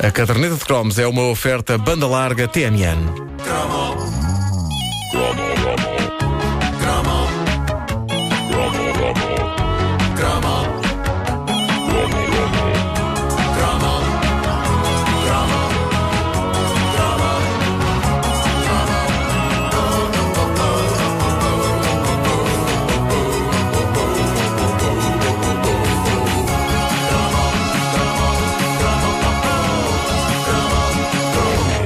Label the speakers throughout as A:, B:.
A: A caderneta de cromos é uma oferta banda larga TMN.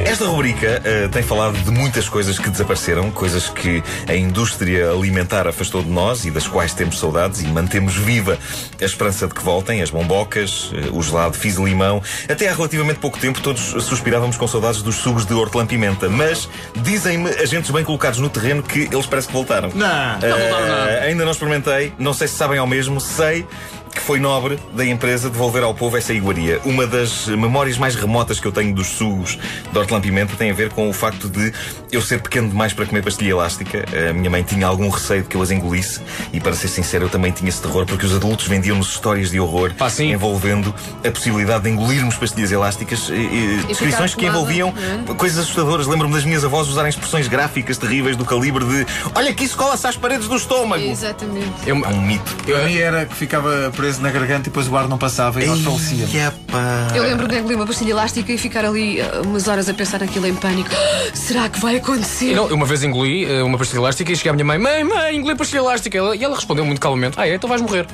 B: Esta rubrica eh, tem falado de muitas coisas que desapareceram, coisas que a indústria alimentar afastou de nós e das quais temos saudades e mantemos viva a esperança de que voltem, as bombocas, eh, o gelado fiz limão. Até há relativamente pouco tempo todos suspirávamos com saudades dos sugos de hortelã-pimenta, mas dizem-me agentes bem colocados no terreno que eles parece que voltaram.
C: Não, não voltaram nada.
B: Eh, ainda não experimentei, não sei se sabem ao mesmo, sei que foi nobre da empresa devolver ao povo essa iguaria. Uma das memórias mais remotas que eu tenho dos sugos de hortelã-pimenta tem a ver com o facto de eu ser pequeno demais para comer pastilha elástica. A minha mãe tinha algum receio de que eu as engolisse e, para ser sincero, eu também tinha esse terror porque os adultos vendiam-nos histórias de horror
C: Ah, sim?
B: envolvendo a possibilidade de engolirmos pastilhas elásticas, eh, eh, descrições que
D: colada,
B: envolviam
D: não
B: coisas assustadoras. Lembro-me das minhas avós usarem expressões gráficas terríveis do calibre de Olha que isso cola-se às paredes do estômago!
D: Exatamente.
C: Eu,
B: É um mito.
E: Eu a mim era que ficava preso na garganta e depois o ar não passava e nós falecíamos.
B: Ia é pá.
D: Eu lembro de engolir uma pastilha elástica e ficar ali ah, umas horas a pensar naquilo em pânico. Ah, Será que vai acontecer?
C: não, eu uma vez engoli eh, uma pastilha elástica e cheguei à minha mãe: Mãe, mãe, engoli pastilha elástica. Ela- E ela respondeu muito calmamente: Ah, é, então vais morrer.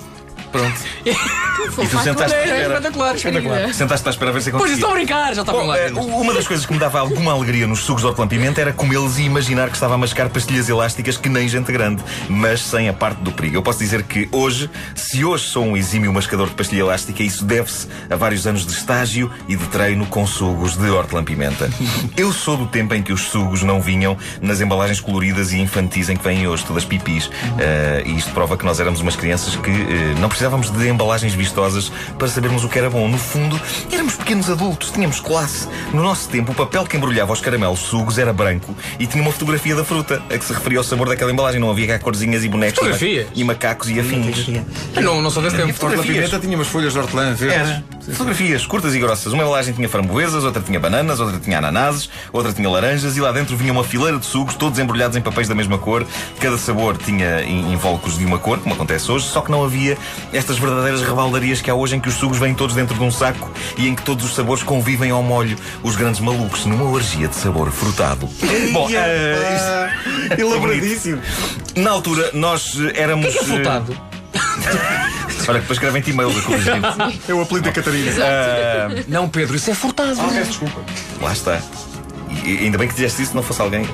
C: Pronto.
D: Foi
B: E tu
D: lá
B: sentaste à
D: com-
C: É,
B: espera.
C: espetacular, espetacular.
B: Sentaste-te à espera a ver se
C: Pois,
B: acontecia.
C: estou a brincar, já estavam
B: Bom,
C: lá.
B: eh, uma das coisas que me dava alguma alegria nos sucos de hortelã-pimenta era comê-los e imaginar que estava a mascar pastilhas elásticas que nem gente grande, mas sem a parte do perigo. Eu posso dizer que hoje, se hoje sou um exímio mascador de pastilha elástica, isso deve-se a vários anos de estágio e de treino com sugos de hortelã-pimenta. Eu sou do tempo em que os sugos não vinham nas embalagens coloridas e infantis em que vêm hoje, todas pipis. Eh, e isto prova que nós éramos umas crianças que eh, não precisávamos de embalagens vistosas para sabermos o que era bom. No fundo, éramos pequenos adultos, tínhamos classe. No nosso tempo, o papel que embrulhava os caramelos sugos era branco e tinha uma fotografia da fruta, a que se referia ao sabor daquela embalagem. Não havia cá corzinhas e bonecos e ma-
C: Fotografias?
B: e macacos e afins.
C: Não, não sou desse tempo.
E: Hortelã
B: Fotografias.
E: pimenta tinha umas folhas de hortelã verdes.
B: Era. Fotografias curtas e grossas. Uma embalagem tinha framboesas, outra tinha bananas, outra tinha ananases, outra tinha laranjas e lá dentro vinha uma fileira de sucos, todos embrulhados em papéis da mesma cor. Cada sabor tinha in- invólucros de uma cor, como acontece hoje, só que não havia estas verdadeiras rebaldarias que há hoje em que os sucos vêm todos dentro de um saco e em que todos os sabores convivem ao molho. Os grandes malucos numa orgia de sabor frutado. Bom, eh, isto-
E: Elaboradíssimo.
B: assim, na altura nós eh, éramos.
C: Que é frutado?
B: eh, Olha, depois escrevem-te e-mail da corrigir.
E: É o apelido da Catarina. Ah,
C: Não, Pedro, isso é furtado.
E: desculpa.
B: Eh, Lá está. E e ainda bem que disseste isso, não fosse alguém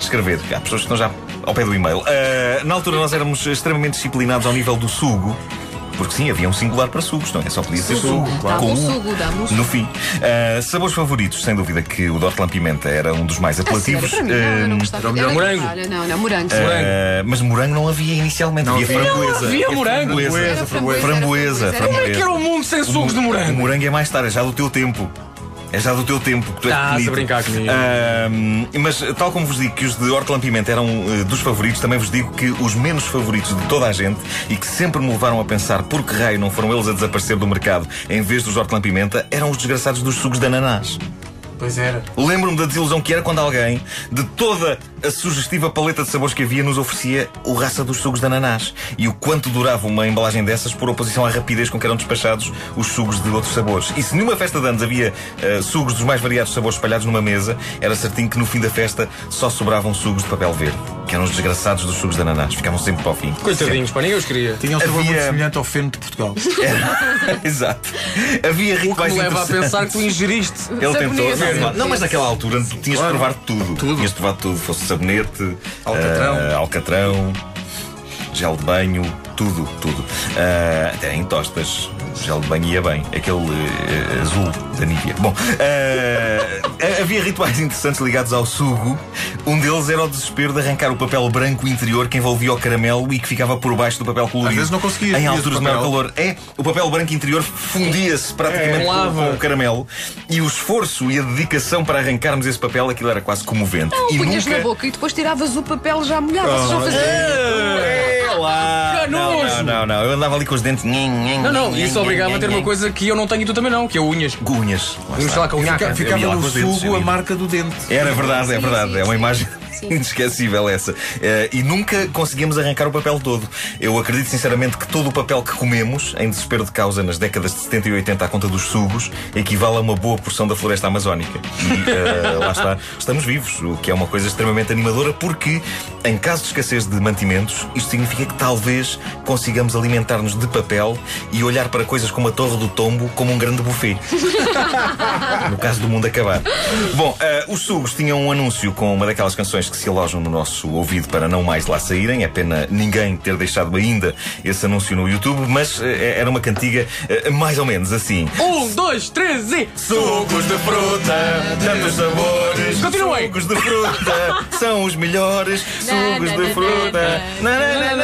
B: escrever. Há pessoas que estão já ao pé do e-mail. Ah, na altura nós éramos extremamente disciplinados ao nível do sugo. Porque sim, havia um singular para sugos, não é? Só podia ser
D: Sugo.
B: sugo.
D: Dá-me
B: Com
D: um
B: U
D: sugo, dá-me um sugo.
B: No fim. Ah, sabores favoritos, sem dúvida que o de hortelã-pimenta era um dos mais
D: A sério,
B: apelativos.
D: para mim, não, eu não
B: Ah,
D: gostava.
C: era o melhor
D: Era
C: morango.
D: carvalho, Não, não, morango. sim.
C: morango.
B: ah, mas morango não havia inicialmente. havia
E: havia.
B: framboesa.
C: havia morango.
D: Era
B: Framboesa,
D: framboesa,
B: framboesa.
D: era
B: Framboesa,
D: framboesa.
C: Como é que era o mundo sem sucos de
B: O
C: morango?
B: morango é mais tarde, é já do teu tempo. É já do teu tempo que tu és
C: Estás Ah, a
B: pequenito.
C: brincar comigo.
B: Ahm, mas, tal como vos digo que os de hortelã-pimenta eram eh, dos favoritos, também vos digo que os menos favoritos de toda a gente e que sempre me levaram a pensar por que raio não foram eles a desaparecer do mercado em vez dos hortelã-pimenta eram os desgraçados dos sucos de ananás.
E: Pois era.
B: Lembro-me da desilusão que era quando alguém, de toda a sugestiva paleta de sabores que havia, nos oferecia o raça dos sugos de ananás. E o quanto durava uma embalagem dessas por oposição à rapidez com que eram despachados os sugos de outros sabores. E se numa festa de anos havia eh, sugos dos mais variados sabores espalhados numa mesa, era certinho que no fim da festa só sobravam sugos de papel verde, que eram os desgraçados dos sugos de ananás. Ficavam sempre para o fim.
C: Coitadinhos, pá, ninguém os queria.
E: Tinha um sabor
B: Havia-
E: muito semelhante ao feno de Portugal.
B: Exato. Havia
C: O que
B: rituais
C: me leva a
B: interessantes.
C: pensar que tu ingeriste.
B: Ele tentou.
D: Sabonete.
B: Não, não, mas naquela altura tu tinhas de provar tudo.
E: Tudo.
B: Tinhas de provar tudo. Fosse sabonete,
E: Alcatrão.
B: ah, alcatrão, gel de banho, tudo, tudo. Ah, até em tostas. Gel de banho ia bem. Aquele eh, azul da Nívia. Bom, ah, havia rituais interessantes ligados ao sugo. Um deles era o desespero de arrancar o papel branco interior que envolvia o caramelo e que ficava por baixo do papel colorido.
E: vezes não conseguias,
B: Em
E: vias o
B: alturas de maior
E: papel.
B: calor calor. É, o papel branco interior fundia-se praticamente
C: É, lava.
B: com, com o caramelo. E o esforço e a dedicação para arrancarmos esse papel, aquilo era quase comovente.
D: Não,
B: e
D: punhas
B: nunca. Ah.
D: na boca e depois tiravas o papel já molhado. Vocês já faziam.
B: É, Para lá!
C: Que
B: Não,
C: nojo!
B: não, não, não. Eu andava ali com os dentes.
C: Não, não, isso obrigava a ter uma coisa que eu não tenho e tu também não, que é unhas.
B: Cunhas. Lá
C: Vamos
B: está.
C: lá com unhaca.
E: Fica-
B: Eu ia lá
E: Ficava
B: com
E: no
B: os dentes, eu
E: sugo
B: ia.
E: a marca do dente.
B: Era verdade, é
D: Sim,
B: verdade.
D: sim,
B: É uma
D: sim.
B: imagem
D: Sim.
B: inesquecível essa. Eh, e nunca conseguimos arrancar o papel todo. Eu acredito sinceramente que todo o papel que comemos, em desespero de causa, nas décadas de 70 e 80, à conta dos sugos, equivale a uma boa porção da floresta amazónica. E eh, lá está, estamos vivos, o que é uma coisa extremamente animadora, porque em caso de escassez de mantimentos, isto significa que talvez consigamos alimentar-nos de papel e olhar para coisas como a Torre do Tombo como um grande buffet. No caso do mundo acabar. Bom, eh, os Sugos tinham um anúncio com uma daquelas canções que se alojam no nosso ouvido para não mais lá saírem. É pena ninguém ter deixado ainda esse anúncio no YouTube, mas eh, era uma cantiga eh, mais ou menos assim.
C: Um, dois, três e.
B: Sucos de fruta, tantos sabores.
C: Continuem.
B: Sucos de fruta são os melhores. Sucos
D: na,
B: de
D: na,
B: fruta.
D: na,
B: Na, na, na,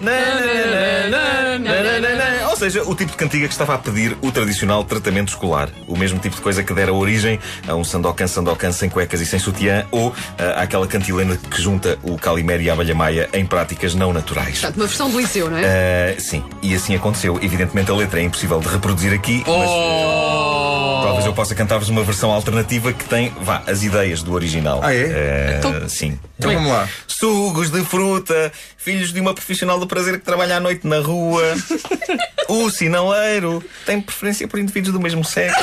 B: na, na, na, na, na, na, na, na, na. Ou seja, o tipo de cantiga que estava a pedir o tradicional tratamento escolar. O mesmo tipo de coisa que dera origem a um sandocan sandocan sem cuecas e sem sutiã ou ah, àquela cantilena que junta o calimero e a abelha maia em práticas não naturais.
D: Portanto, uma versão do liceu, não é?
B: Ah, sim, e assim aconteceu. Evidentemente a letra é impossível de reproduzir aqui, mas
C: Oh!
B: eh, Talvez eu possa cantar-vos uma versão alternativa que tem, vá, as ideias do original.
E: Ah, é?
B: Eh,
C: Então-
B: sim.
E: Então vamos lá.
B: Sugos de fruta, filhos de uma profissional do prazer que trabalha à noite na rua. o sinaleiro tem preferência por indivíduos do mesmo sexo.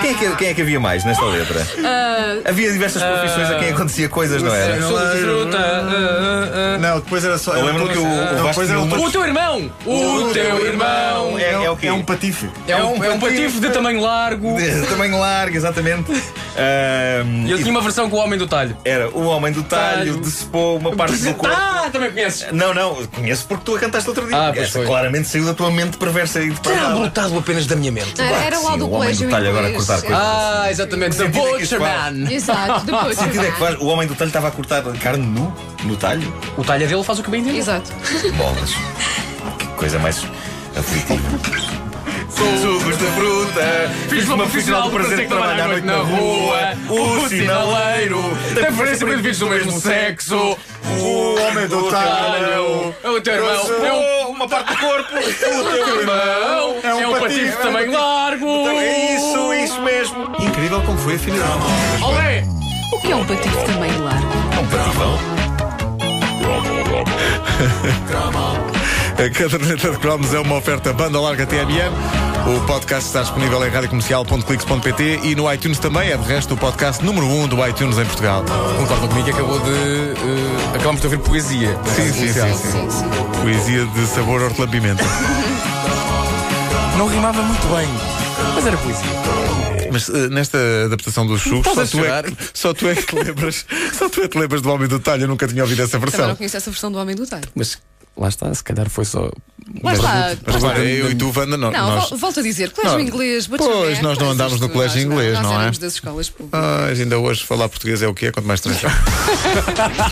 B: quem, é que, quem é que havia mais nesta letra?
C: Ah,
B: havia diversas profissões a quem acontecia coisas, não era?
C: Suco de fruta. ah, ah,
E: Não, depois era só.
B: Eu lembro
E: era-
B: que o- o
E: não,
B: Vasco
E: depois
B: tinha
E: era um
B: uma-
C: ah.
E: pat-
C: O teu irmão! O teu irmão!
B: É- é o quê?
E: é um patife.
C: É um, é um patife de tamanho largo.
B: Tamanho largo, exatamente. Ahm,
C: E Eu tinha uma versão com o homem do talho.
B: Era o homem do talho,
C: Talho.
B: decepou uma parte do corpo.
C: Ah, também conheces.
B: Não, não, conheço porque tu a cantaste outro dia.
C: Ah, pois
B: Essa
C: foi.
B: claramente saiu da tua mente perversa e de
C: Terá
B: parada.
C: brotado apenas da minha mente.
D: Era, era lá
B: Sim,
D: do
B: o homem
D: colégio
B: do talho agora a
D: inglês.
B: cortar coisas.
C: Ah, exatamente. The
B: sentido é que isso
C: Butcher
B: faz?
C: Man.
D: Exato, depois.
B: Que sentido é que faz? O homem do talho estava a cortar carne nu no talho?
C: O talho dele faz o que bem dele.
D: Exato.
B: Bolas. que coisa mais aflitiva. Sucos de fruta,
C: Fiz uma profissional do prazer que trabalha à noite na rua. O
B: é
C: sinaleiro tem preferência por indivíduos do mesmo sexo.
B: O homem do
C: Talho. O teu irmão é um
B: Trouxe uma parte do corpo. O teu
C: irmão.
B: um É um
C: É um
B: patife,
C: patife de
B: é um
C: tamanho largo.
B: É isso, isso mesmo.
E: Incrível como foi a final.
C: Olé!
D: O que é um patife também largo?
B: É um patifão.
A: A caderneta de cromos é uma oferta banda larga TMN. O podcast está disponível em radiocomercial.clix.pt e no iTunes também. É, de resto, o podcast número 1 um do iTunes em Portugal.
C: Concordam comigo que acabou de. eh, acabamos de ouvir poesia.
A: Sim, sim, sim. sim.
D: Sim, sim.
A: Poesia de sabor hortelã-pimenta.
C: Não rimava muito bem, mas era poesia.
A: Mas eh, nesta adaptação dos chugos, só
C: Estás a
A: tu, é,
C: chorar?
A: que- só tu é que te lembras. Só tu é que te lembras do Homem do Talho. Eu nunca tinha ouvido essa
D: Também
A: versão.
D: não conheço essa versão do Homem do Talho.
C: Mas lá está, se calhar foi só.
D: Mas lá,
A: Mas
D: lá
A: claro,
D: está.
A: eu e tu, Wanda, não,
D: Não,
A: nós.
D: vol- volto a dizer, colégio
A: Não.
D: inglês,
A: Pois,
D: Bachamé,
A: nós não andámos
D: coisas
A: no colégio
D: tuas,
A: inglês, não é?
D: Nós éramos das escolas públicas.
A: Ah, ainda hoje falar português é o que é, quanto mais estrangeiro.